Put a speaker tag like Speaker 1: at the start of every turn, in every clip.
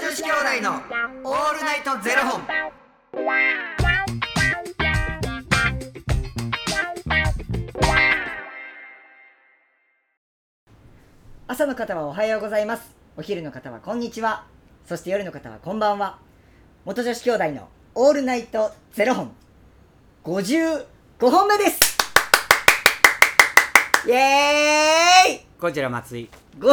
Speaker 1: 子兄弟のオールナイトゼロ本。
Speaker 2: 朝の方はおはようございますお昼の方はこんにちはそして夜の方はこんばんは元女子兄弟のオールナイトゼロ本55本目ですイエーイ
Speaker 1: こちら松井。
Speaker 2: ご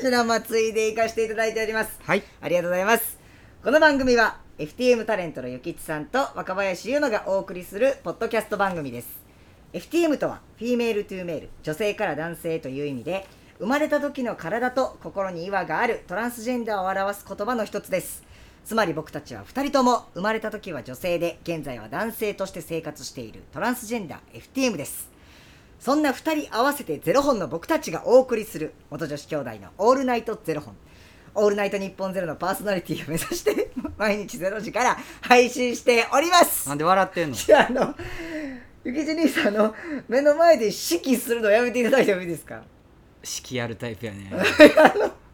Speaker 2: 主の松井で行かせていただいております
Speaker 1: はい。
Speaker 2: ありがとうございますこの番組は FTM タレントのゆきちさんと若林優馬がお送りするポッドキャスト番組です FTM とはフィメールトゥーメール女性から男性という意味で生まれた時の体と心に違和があるトランスジェンダーを表す言葉の一つですつまり僕たちは2人とも生まれた時は女性で現在は男性として生活しているトランスジェンダー FTM ですそんな2人合わせてゼロ本の僕たちがお送りする元女子兄弟の「オールナイトゼロ本」「オールナイト日本ゼロのパーソナリティを目指して毎日ゼロ時から配信しております
Speaker 1: なんで笑ってん の
Speaker 2: いやあのゆきち兄さんあの目の前で指揮するのやめていただいてもいいですか
Speaker 1: 式やるタイプやね。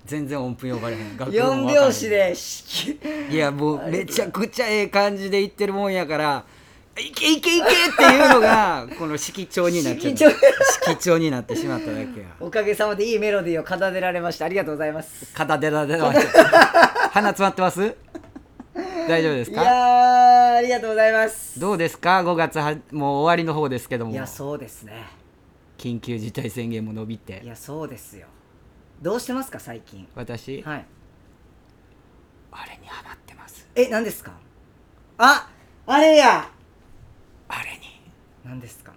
Speaker 1: 全然音符呼ばれへ ん。楽譜
Speaker 2: 4
Speaker 1: もわからへ
Speaker 2: 拍
Speaker 1: ん
Speaker 2: 子で指揮
Speaker 1: いやもうめちゃくちゃええ感じでいってるもんやから「いけいけいけ!」っていう のがこの色調になっちゃう
Speaker 2: 色調
Speaker 1: 色調になってしまっただ けや
Speaker 2: おかげさまでいいメロディーを奏でられましたありがとうございます
Speaker 1: 肩でだでだ鼻詰まってます大丈夫で
Speaker 2: い
Speaker 1: す
Speaker 2: や
Speaker 1: か
Speaker 2: ーありがとうございます
Speaker 1: どうですか5月はもう終わりの方ですけども
Speaker 2: いやそうですね
Speaker 1: 緊急事態宣言も伸び
Speaker 2: い
Speaker 1: て
Speaker 2: やそうですよどうしてますか最近
Speaker 1: 私、
Speaker 2: はい
Speaker 1: あれにハマってます
Speaker 2: え何ですかああれや
Speaker 1: あれに
Speaker 2: 何ですか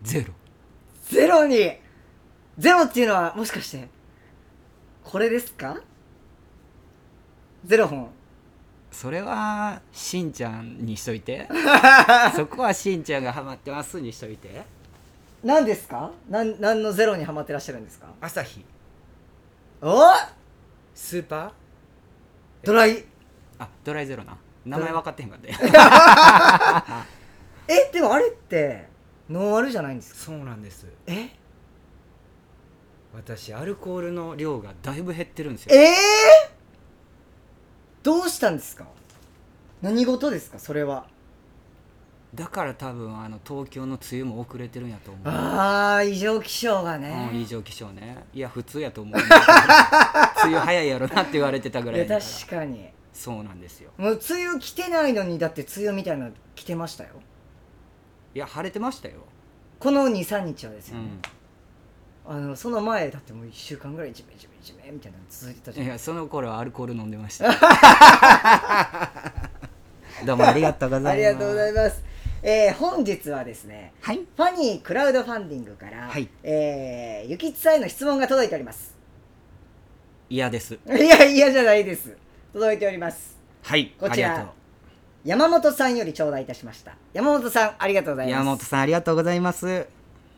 Speaker 1: ゼロ
Speaker 2: ゼロにゼロっていうのはもしかしてこれですかゼロ本
Speaker 1: それはしんちゃんにしとい てそこはしんちゃんがハマってますにしといて
Speaker 2: 何ですかなん何のゼロにハマってらっしゃるんですか
Speaker 1: 朝日
Speaker 2: お
Speaker 1: スーパー
Speaker 2: ドライ
Speaker 1: あドライゼロな名前分かってへんかったよ
Speaker 2: えでもあれってノンアルじゃないんですか
Speaker 1: そうなんです
Speaker 2: え
Speaker 1: 私アルコールの量がだいぶ減ってるんです
Speaker 2: え
Speaker 1: よ
Speaker 2: ー、どうしたんですか何事ですかそれは
Speaker 1: だから多分あの東京の梅雨も遅れてるんやと思う
Speaker 2: あー異常気象がね、
Speaker 1: うん、異常気象ね いや普通やと思う梅雨早いやろなって言われてたぐらい
Speaker 2: い
Speaker 1: だ
Speaker 2: や
Speaker 1: から
Speaker 2: 確かに
Speaker 1: そうなんですよ
Speaker 2: もう梅雨来てないのにだって梅雨みたいなの来てましたよ
Speaker 1: いや晴れてましたよ、
Speaker 2: この23日はです
Speaker 1: う
Speaker 2: よ、ね
Speaker 1: ん、
Speaker 2: あのその前だってもう1週間ぐらいジメジメジメみたいなの続いてたじゃ
Speaker 1: い
Speaker 2: ん
Speaker 1: やその頃はアルコール飲んでました どうもありがとうございます
Speaker 2: ありがとうございますえー本日はですね
Speaker 1: はい
Speaker 2: ファニークラウドファンディングから、
Speaker 1: はい
Speaker 2: えー、ゆきつさんへの質問が届いております
Speaker 1: 嫌です
Speaker 2: いやいやじゃないです届いております
Speaker 1: はい
Speaker 2: こち
Speaker 1: ありがとう
Speaker 2: ら山本さんより頂戴いたしました山本さんありがとうございます
Speaker 1: 山本さんありがとうございます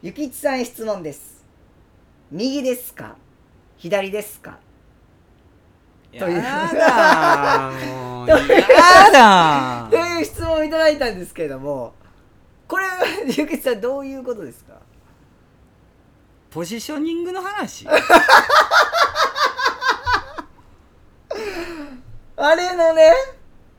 Speaker 2: ゆきちさんへ質問です右ですか左ですか
Speaker 1: や
Speaker 2: という
Speaker 1: だーもう
Speaker 2: と
Speaker 1: や
Speaker 2: いう
Speaker 1: だ
Speaker 2: と
Speaker 1: ー
Speaker 2: いう質問をいただいたんですけれどもこれは ゆきちさんどういうことですか
Speaker 1: ポジショニング の話
Speaker 2: あれのね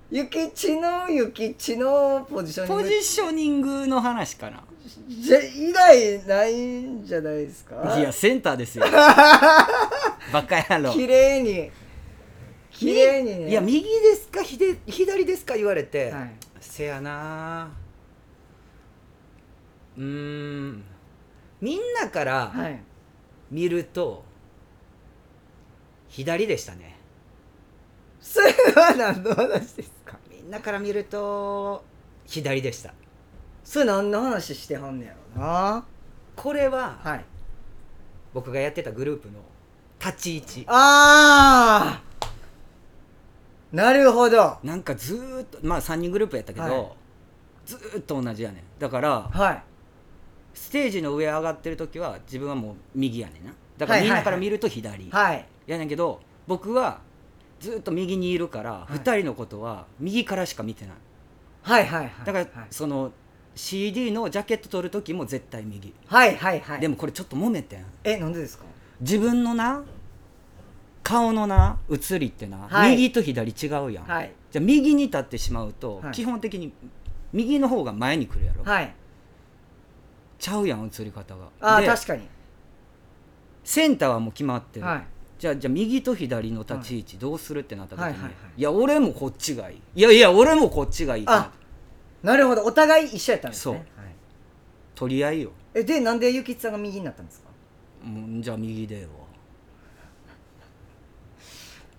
Speaker 2: ゆきちのゆきちのポジショニン
Speaker 1: ポ
Speaker 2: グ
Speaker 1: ジショニングの話かな
Speaker 2: じゃ以外ないんじゃないですか
Speaker 1: いやセンター ですよバカ野郎
Speaker 2: 綺麗に綺麗にね
Speaker 1: いや右ですかひで左ですか言われて、
Speaker 2: はい
Speaker 1: せやなーうーんみんなから
Speaker 2: はい
Speaker 1: 見ると、左でしたね
Speaker 2: それは何の話ですか
Speaker 1: みんなから見ると左でした
Speaker 2: それ何の話してはんねやろな
Speaker 1: これは、
Speaker 2: はい
Speaker 1: 僕がやってたグループの立ち位置
Speaker 2: ああなるほど
Speaker 1: なんかずーっとまあ3人グループやったけど、
Speaker 2: はい
Speaker 1: ずーっと同じやねんだから
Speaker 2: はい
Speaker 1: ステージの上上がってる時は自分はもう右やねんなだから
Speaker 2: は
Speaker 1: み
Speaker 2: い
Speaker 1: ん
Speaker 2: はいはい
Speaker 1: なから見ると左、
Speaker 2: はい
Speaker 1: やねんけど僕はずーっと右にいるから、
Speaker 2: い
Speaker 1: 2人のことは右からしか見てない
Speaker 2: はいはいはい
Speaker 1: だから、
Speaker 2: はい
Speaker 1: その CD のジャケット取る時も絶対右、
Speaker 2: はいはいはい
Speaker 1: でもこれちょっと揉めてん
Speaker 2: えなんでですか
Speaker 1: 自分のな顔のな写りってな、
Speaker 2: はい
Speaker 1: 右と左違うやん、
Speaker 2: はい
Speaker 1: じゃあ右に立ってしまうと、
Speaker 2: はい
Speaker 1: 基本的に右の方が前に来るやろ、
Speaker 2: はい
Speaker 1: ちゃうやん写り方が
Speaker 2: ああ
Speaker 1: で
Speaker 2: 確かに
Speaker 1: センターはもう決まってる、
Speaker 2: はい
Speaker 1: じゃあじゃあ右と左の立ち位置どうするってなった時に、
Speaker 2: はい
Speaker 1: い
Speaker 2: はいはい
Speaker 1: や俺もこっちがいいいやいや俺もこっちがいいってなって
Speaker 2: なるほどお互い一緒やったんですね
Speaker 1: そ
Speaker 2: はい
Speaker 1: 取り合いよ
Speaker 2: えでなんでゆきつさんが右になったんですか
Speaker 1: うんじゃあ右でよ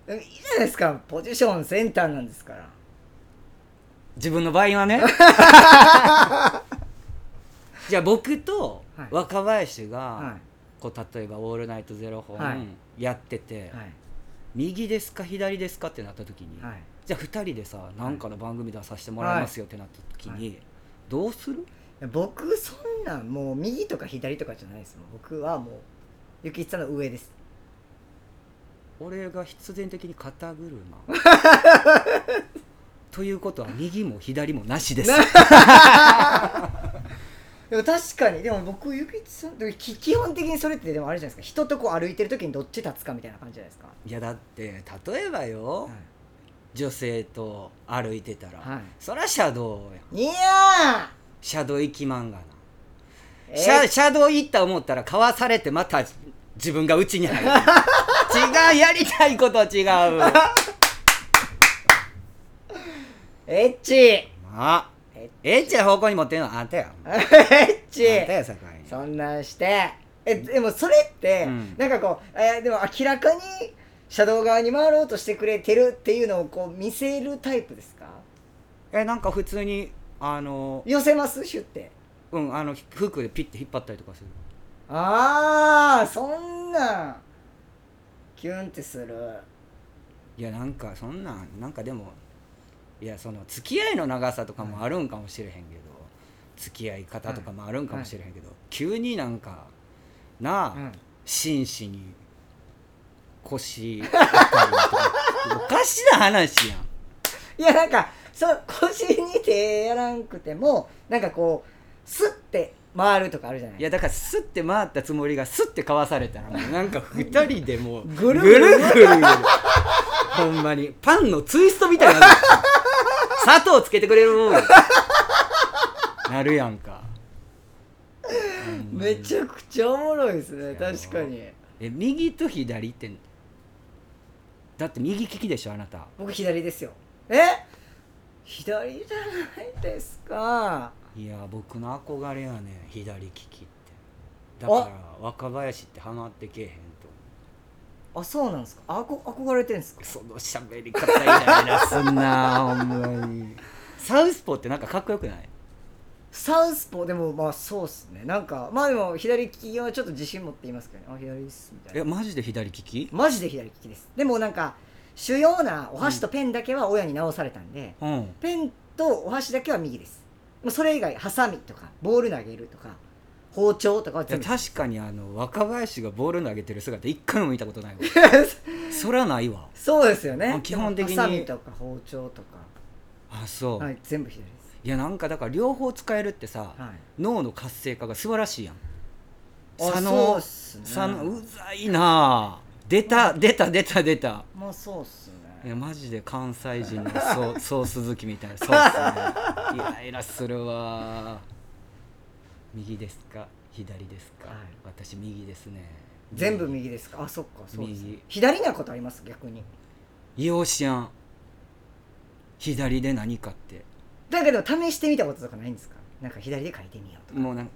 Speaker 2: えいいじゃないですかポジションセンターなんですから
Speaker 1: 自分の場合は ねじゃあ僕と若林が、
Speaker 2: は
Speaker 1: こう例えば「オールナイトゼロ本
Speaker 2: はい」
Speaker 1: やってて、
Speaker 2: いはい
Speaker 1: 右ですか左ですかってなった時に、
Speaker 2: はい
Speaker 1: じゃあ2人でさ何かの番組出させてもらいますよってなった時に、
Speaker 2: はい
Speaker 1: どうする
Speaker 2: 僕そんなんもう右とか左とかじゃないですもん僕はもうゆきつさんの上です
Speaker 1: 俺が必然的に肩車ということは右も左もなしです
Speaker 2: でも確かにでも僕ゆきつさんでもき基本的にそれってでもあれじゃないですか人とこう歩いてる時にどっち立つかみたいな感じじゃないですか
Speaker 1: いやだって例えばよ、女性と歩いてたら、
Speaker 2: はい
Speaker 1: そらシャドウやん
Speaker 2: いや
Speaker 1: シャドウ行き漫画な
Speaker 2: ー
Speaker 1: シャシャドウ行った思ったらかわされてまた自分がうちに入る違うやりたいこと違う
Speaker 2: えエッチエ
Speaker 1: あ
Speaker 2: ッ
Speaker 1: えっちゃい方向に持ってんのあんたやあん
Speaker 2: チ
Speaker 1: たやさかい
Speaker 2: そんなんしてえでもそれって、
Speaker 1: うん
Speaker 2: なんかこう、えーでも明らかに車道側に回ろうとしてくれてるっていうのをこう見せるタイプですか
Speaker 1: えなんか普通にあの
Speaker 2: 寄せますシュって
Speaker 1: うんあの服でピッて引っ張ったりとかする
Speaker 2: ああそんなんキュンってする
Speaker 1: いやなんかそんなんなんかでもいやその付き合いの長さとかもあるんかもしれへんけど、付き合い方とかもあるんかもしれへんけど、急になんかなあ、
Speaker 2: うん
Speaker 1: 真摯に腰当たりとか おかしな話やん
Speaker 2: いやなんかそう腰に手やらんくてもなんかこうスッて回るとかあるじゃない
Speaker 1: いやだからスッて回ったつもりがスッてかわされたらもうなんか2人でもう
Speaker 2: ぐるぐる
Speaker 1: ぐるぐるほんまにパンのツイストみたいになる砂糖つけてくれるもんやなるやんか
Speaker 2: めちゃくちゃおもろいですね
Speaker 1: そうやろ
Speaker 2: 確かに
Speaker 1: え右と左ってだって右利きでしょあなた
Speaker 2: 僕左ですよえ左じゃないですか
Speaker 1: いや僕の憧れやねん左利きってだから若林ってハマってけえへんと
Speaker 2: あそうなんですかあこ憧れてるんですか
Speaker 1: その喋り方イライラすんな ほんまにサウスポーってなんかかっこよくない
Speaker 2: サウスポーでもまあそうっすねなんかまあでも左利きはちょっと自信持って言いますけどねあ左ですみたい
Speaker 1: え
Speaker 2: な
Speaker 1: マジで左利き
Speaker 2: マジで左利きですでもなんか主要なお箸とペンだけは親に直されたんで、
Speaker 1: うん
Speaker 2: ペンとお箸だけは右ですもうそれ以外ハサミとかボール投げるとか包丁とかはい
Speaker 1: や
Speaker 2: 全部
Speaker 1: 確かにあの若林がボール投げてる姿一回も見たこ とないわそらないわ
Speaker 2: そうですよね
Speaker 1: 基本的に
Speaker 2: ハサミとか包丁と
Speaker 1: あそう、、
Speaker 2: か、はいい、全部左です
Speaker 1: やなんかだから両方使えるってさ、
Speaker 2: はい
Speaker 1: 脳の活性化が素晴らしいやん
Speaker 2: あ
Speaker 1: 佐
Speaker 2: そう
Speaker 1: 野
Speaker 2: っすね
Speaker 1: 佐野うざいなあ出た出た出た出た
Speaker 2: まあそうっす
Speaker 1: い
Speaker 2: ね
Speaker 1: やマジで関西 人のそうそう鈴木みたいなそうっすねイライラするわ右ですか左ですか、
Speaker 2: はい
Speaker 1: 私右ですね
Speaker 2: 全部右ですかあそっかそうですね
Speaker 1: 右
Speaker 2: 左なことあります逆に
Speaker 1: ようしやん左で何かって
Speaker 2: だけど試してみたこととかないんですかなんか左で書いてみようとか
Speaker 1: もうなん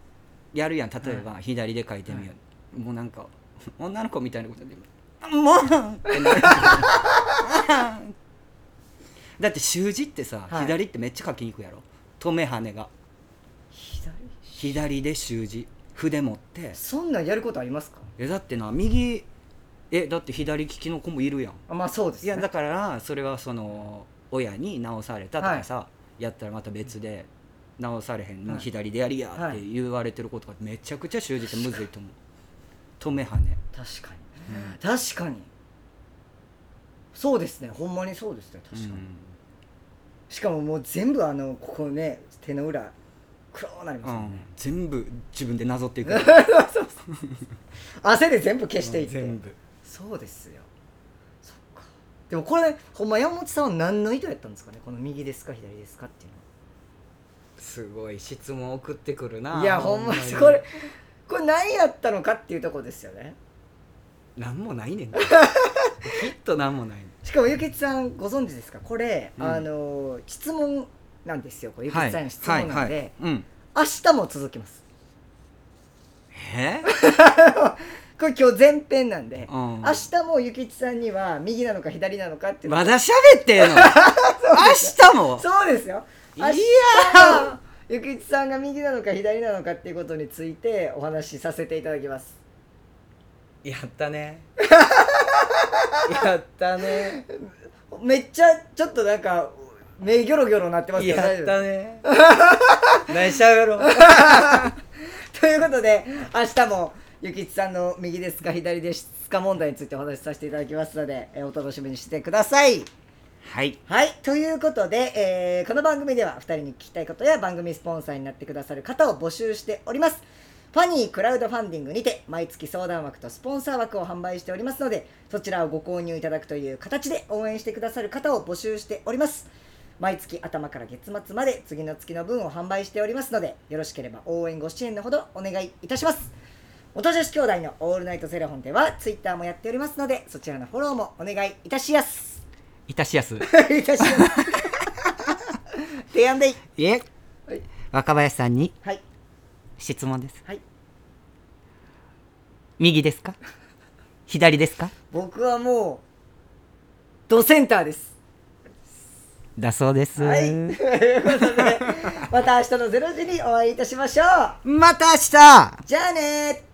Speaker 1: やるやん例えば左で書いてみよう、もうなんか 女の子みたいなことで「 もう!」ってなるだって習字ってさ、
Speaker 2: はい
Speaker 1: 左ってめっちゃ書きにくいやろ止め跳ねが。
Speaker 2: 左
Speaker 1: 左で習字筆持って
Speaker 2: そんなんやることありますか
Speaker 1: えだってな右えだって左利きの子もいるやん
Speaker 2: あまあそうです
Speaker 1: い
Speaker 2: ね
Speaker 1: やだからそれはその親に直されたとかさ、やったらまた別で直されへん、
Speaker 2: はい
Speaker 1: 左でやりやって言われてる子とかめちゃくちゃ習字ってむずいと思う止めはね
Speaker 2: 確かに、確かにそうですねほんまにそうですね確かに、しかももう全部あのここね手の裏黒くなりま
Speaker 1: う
Speaker 2: す
Speaker 1: ん
Speaker 2: も
Speaker 1: うん
Speaker 2: ね
Speaker 1: ん、全部自分でなぞっていく
Speaker 2: 汗で全部消していって
Speaker 1: 全部
Speaker 2: そうですよでもこれ、ね、ほんま山本さんは何の意図やったんですかねこの右ですか左ですかっていう
Speaker 1: すごい質問送ってくる
Speaker 2: の
Speaker 1: な
Speaker 2: はいやほんまにこれこれ何やったのかっていうとこですよね
Speaker 1: なんもな いねんなきっとなんもないねん
Speaker 2: しかもゆきつさんご存知ですかこれ、
Speaker 1: うん
Speaker 2: あの質問なんですよこれゆきつさんの質問なんで、
Speaker 1: はいはいうん
Speaker 2: 明日も続きます
Speaker 1: え
Speaker 2: これ今日前編なんで、
Speaker 1: うん
Speaker 2: 明日もゆきつさんには右なのか左なのかっていうの
Speaker 1: まだ喋って んの明日も
Speaker 2: そうですよ
Speaker 1: いや
Speaker 2: 明日もゆきつさんが右なのか左なのかっていうことについてお話しさせていただきます
Speaker 1: やった ねやったね
Speaker 2: めっちゃちょっとなんか目ギョロギョロなってますけど
Speaker 1: や
Speaker 2: 大
Speaker 1: っ
Speaker 2: 丈夫
Speaker 1: たね何しゃべろう
Speaker 2: ということで明日もゆきつさんの右ですか左ですか問題についてお話しさせていただきますのでえーお楽しみにしてください
Speaker 1: はい
Speaker 2: はいということで、えーこの番組では2人に聞きたいことや番組スポンサーになってくださる方を募集しておりますファニークラウドファンディングにて毎月相談枠とスポンサー枠を販売しておりますのでそちらをご購入いただくという形で応援してくださる方を募集しております毎月頭から月末まで次の月の分を販売しておりますのでよろしければ応援ご支援のほどお願いいたします元女子兄弟のオールナイトゼロ本ではツイッターもやっておりますのでそちらのフォローもお願いいたしやす
Speaker 1: いたしやす
Speaker 2: いたします。提案でいい。
Speaker 1: いえ
Speaker 2: はい。
Speaker 1: 若林さんに
Speaker 2: はい。
Speaker 1: 質問です
Speaker 2: はい。
Speaker 1: 右ですか左ですか
Speaker 2: 僕はもう、ドセンターです。
Speaker 1: だそうです、
Speaker 2: はい。ということで、また明日の0時にお会いいたしましょう。
Speaker 1: また明日
Speaker 2: じゃあねー。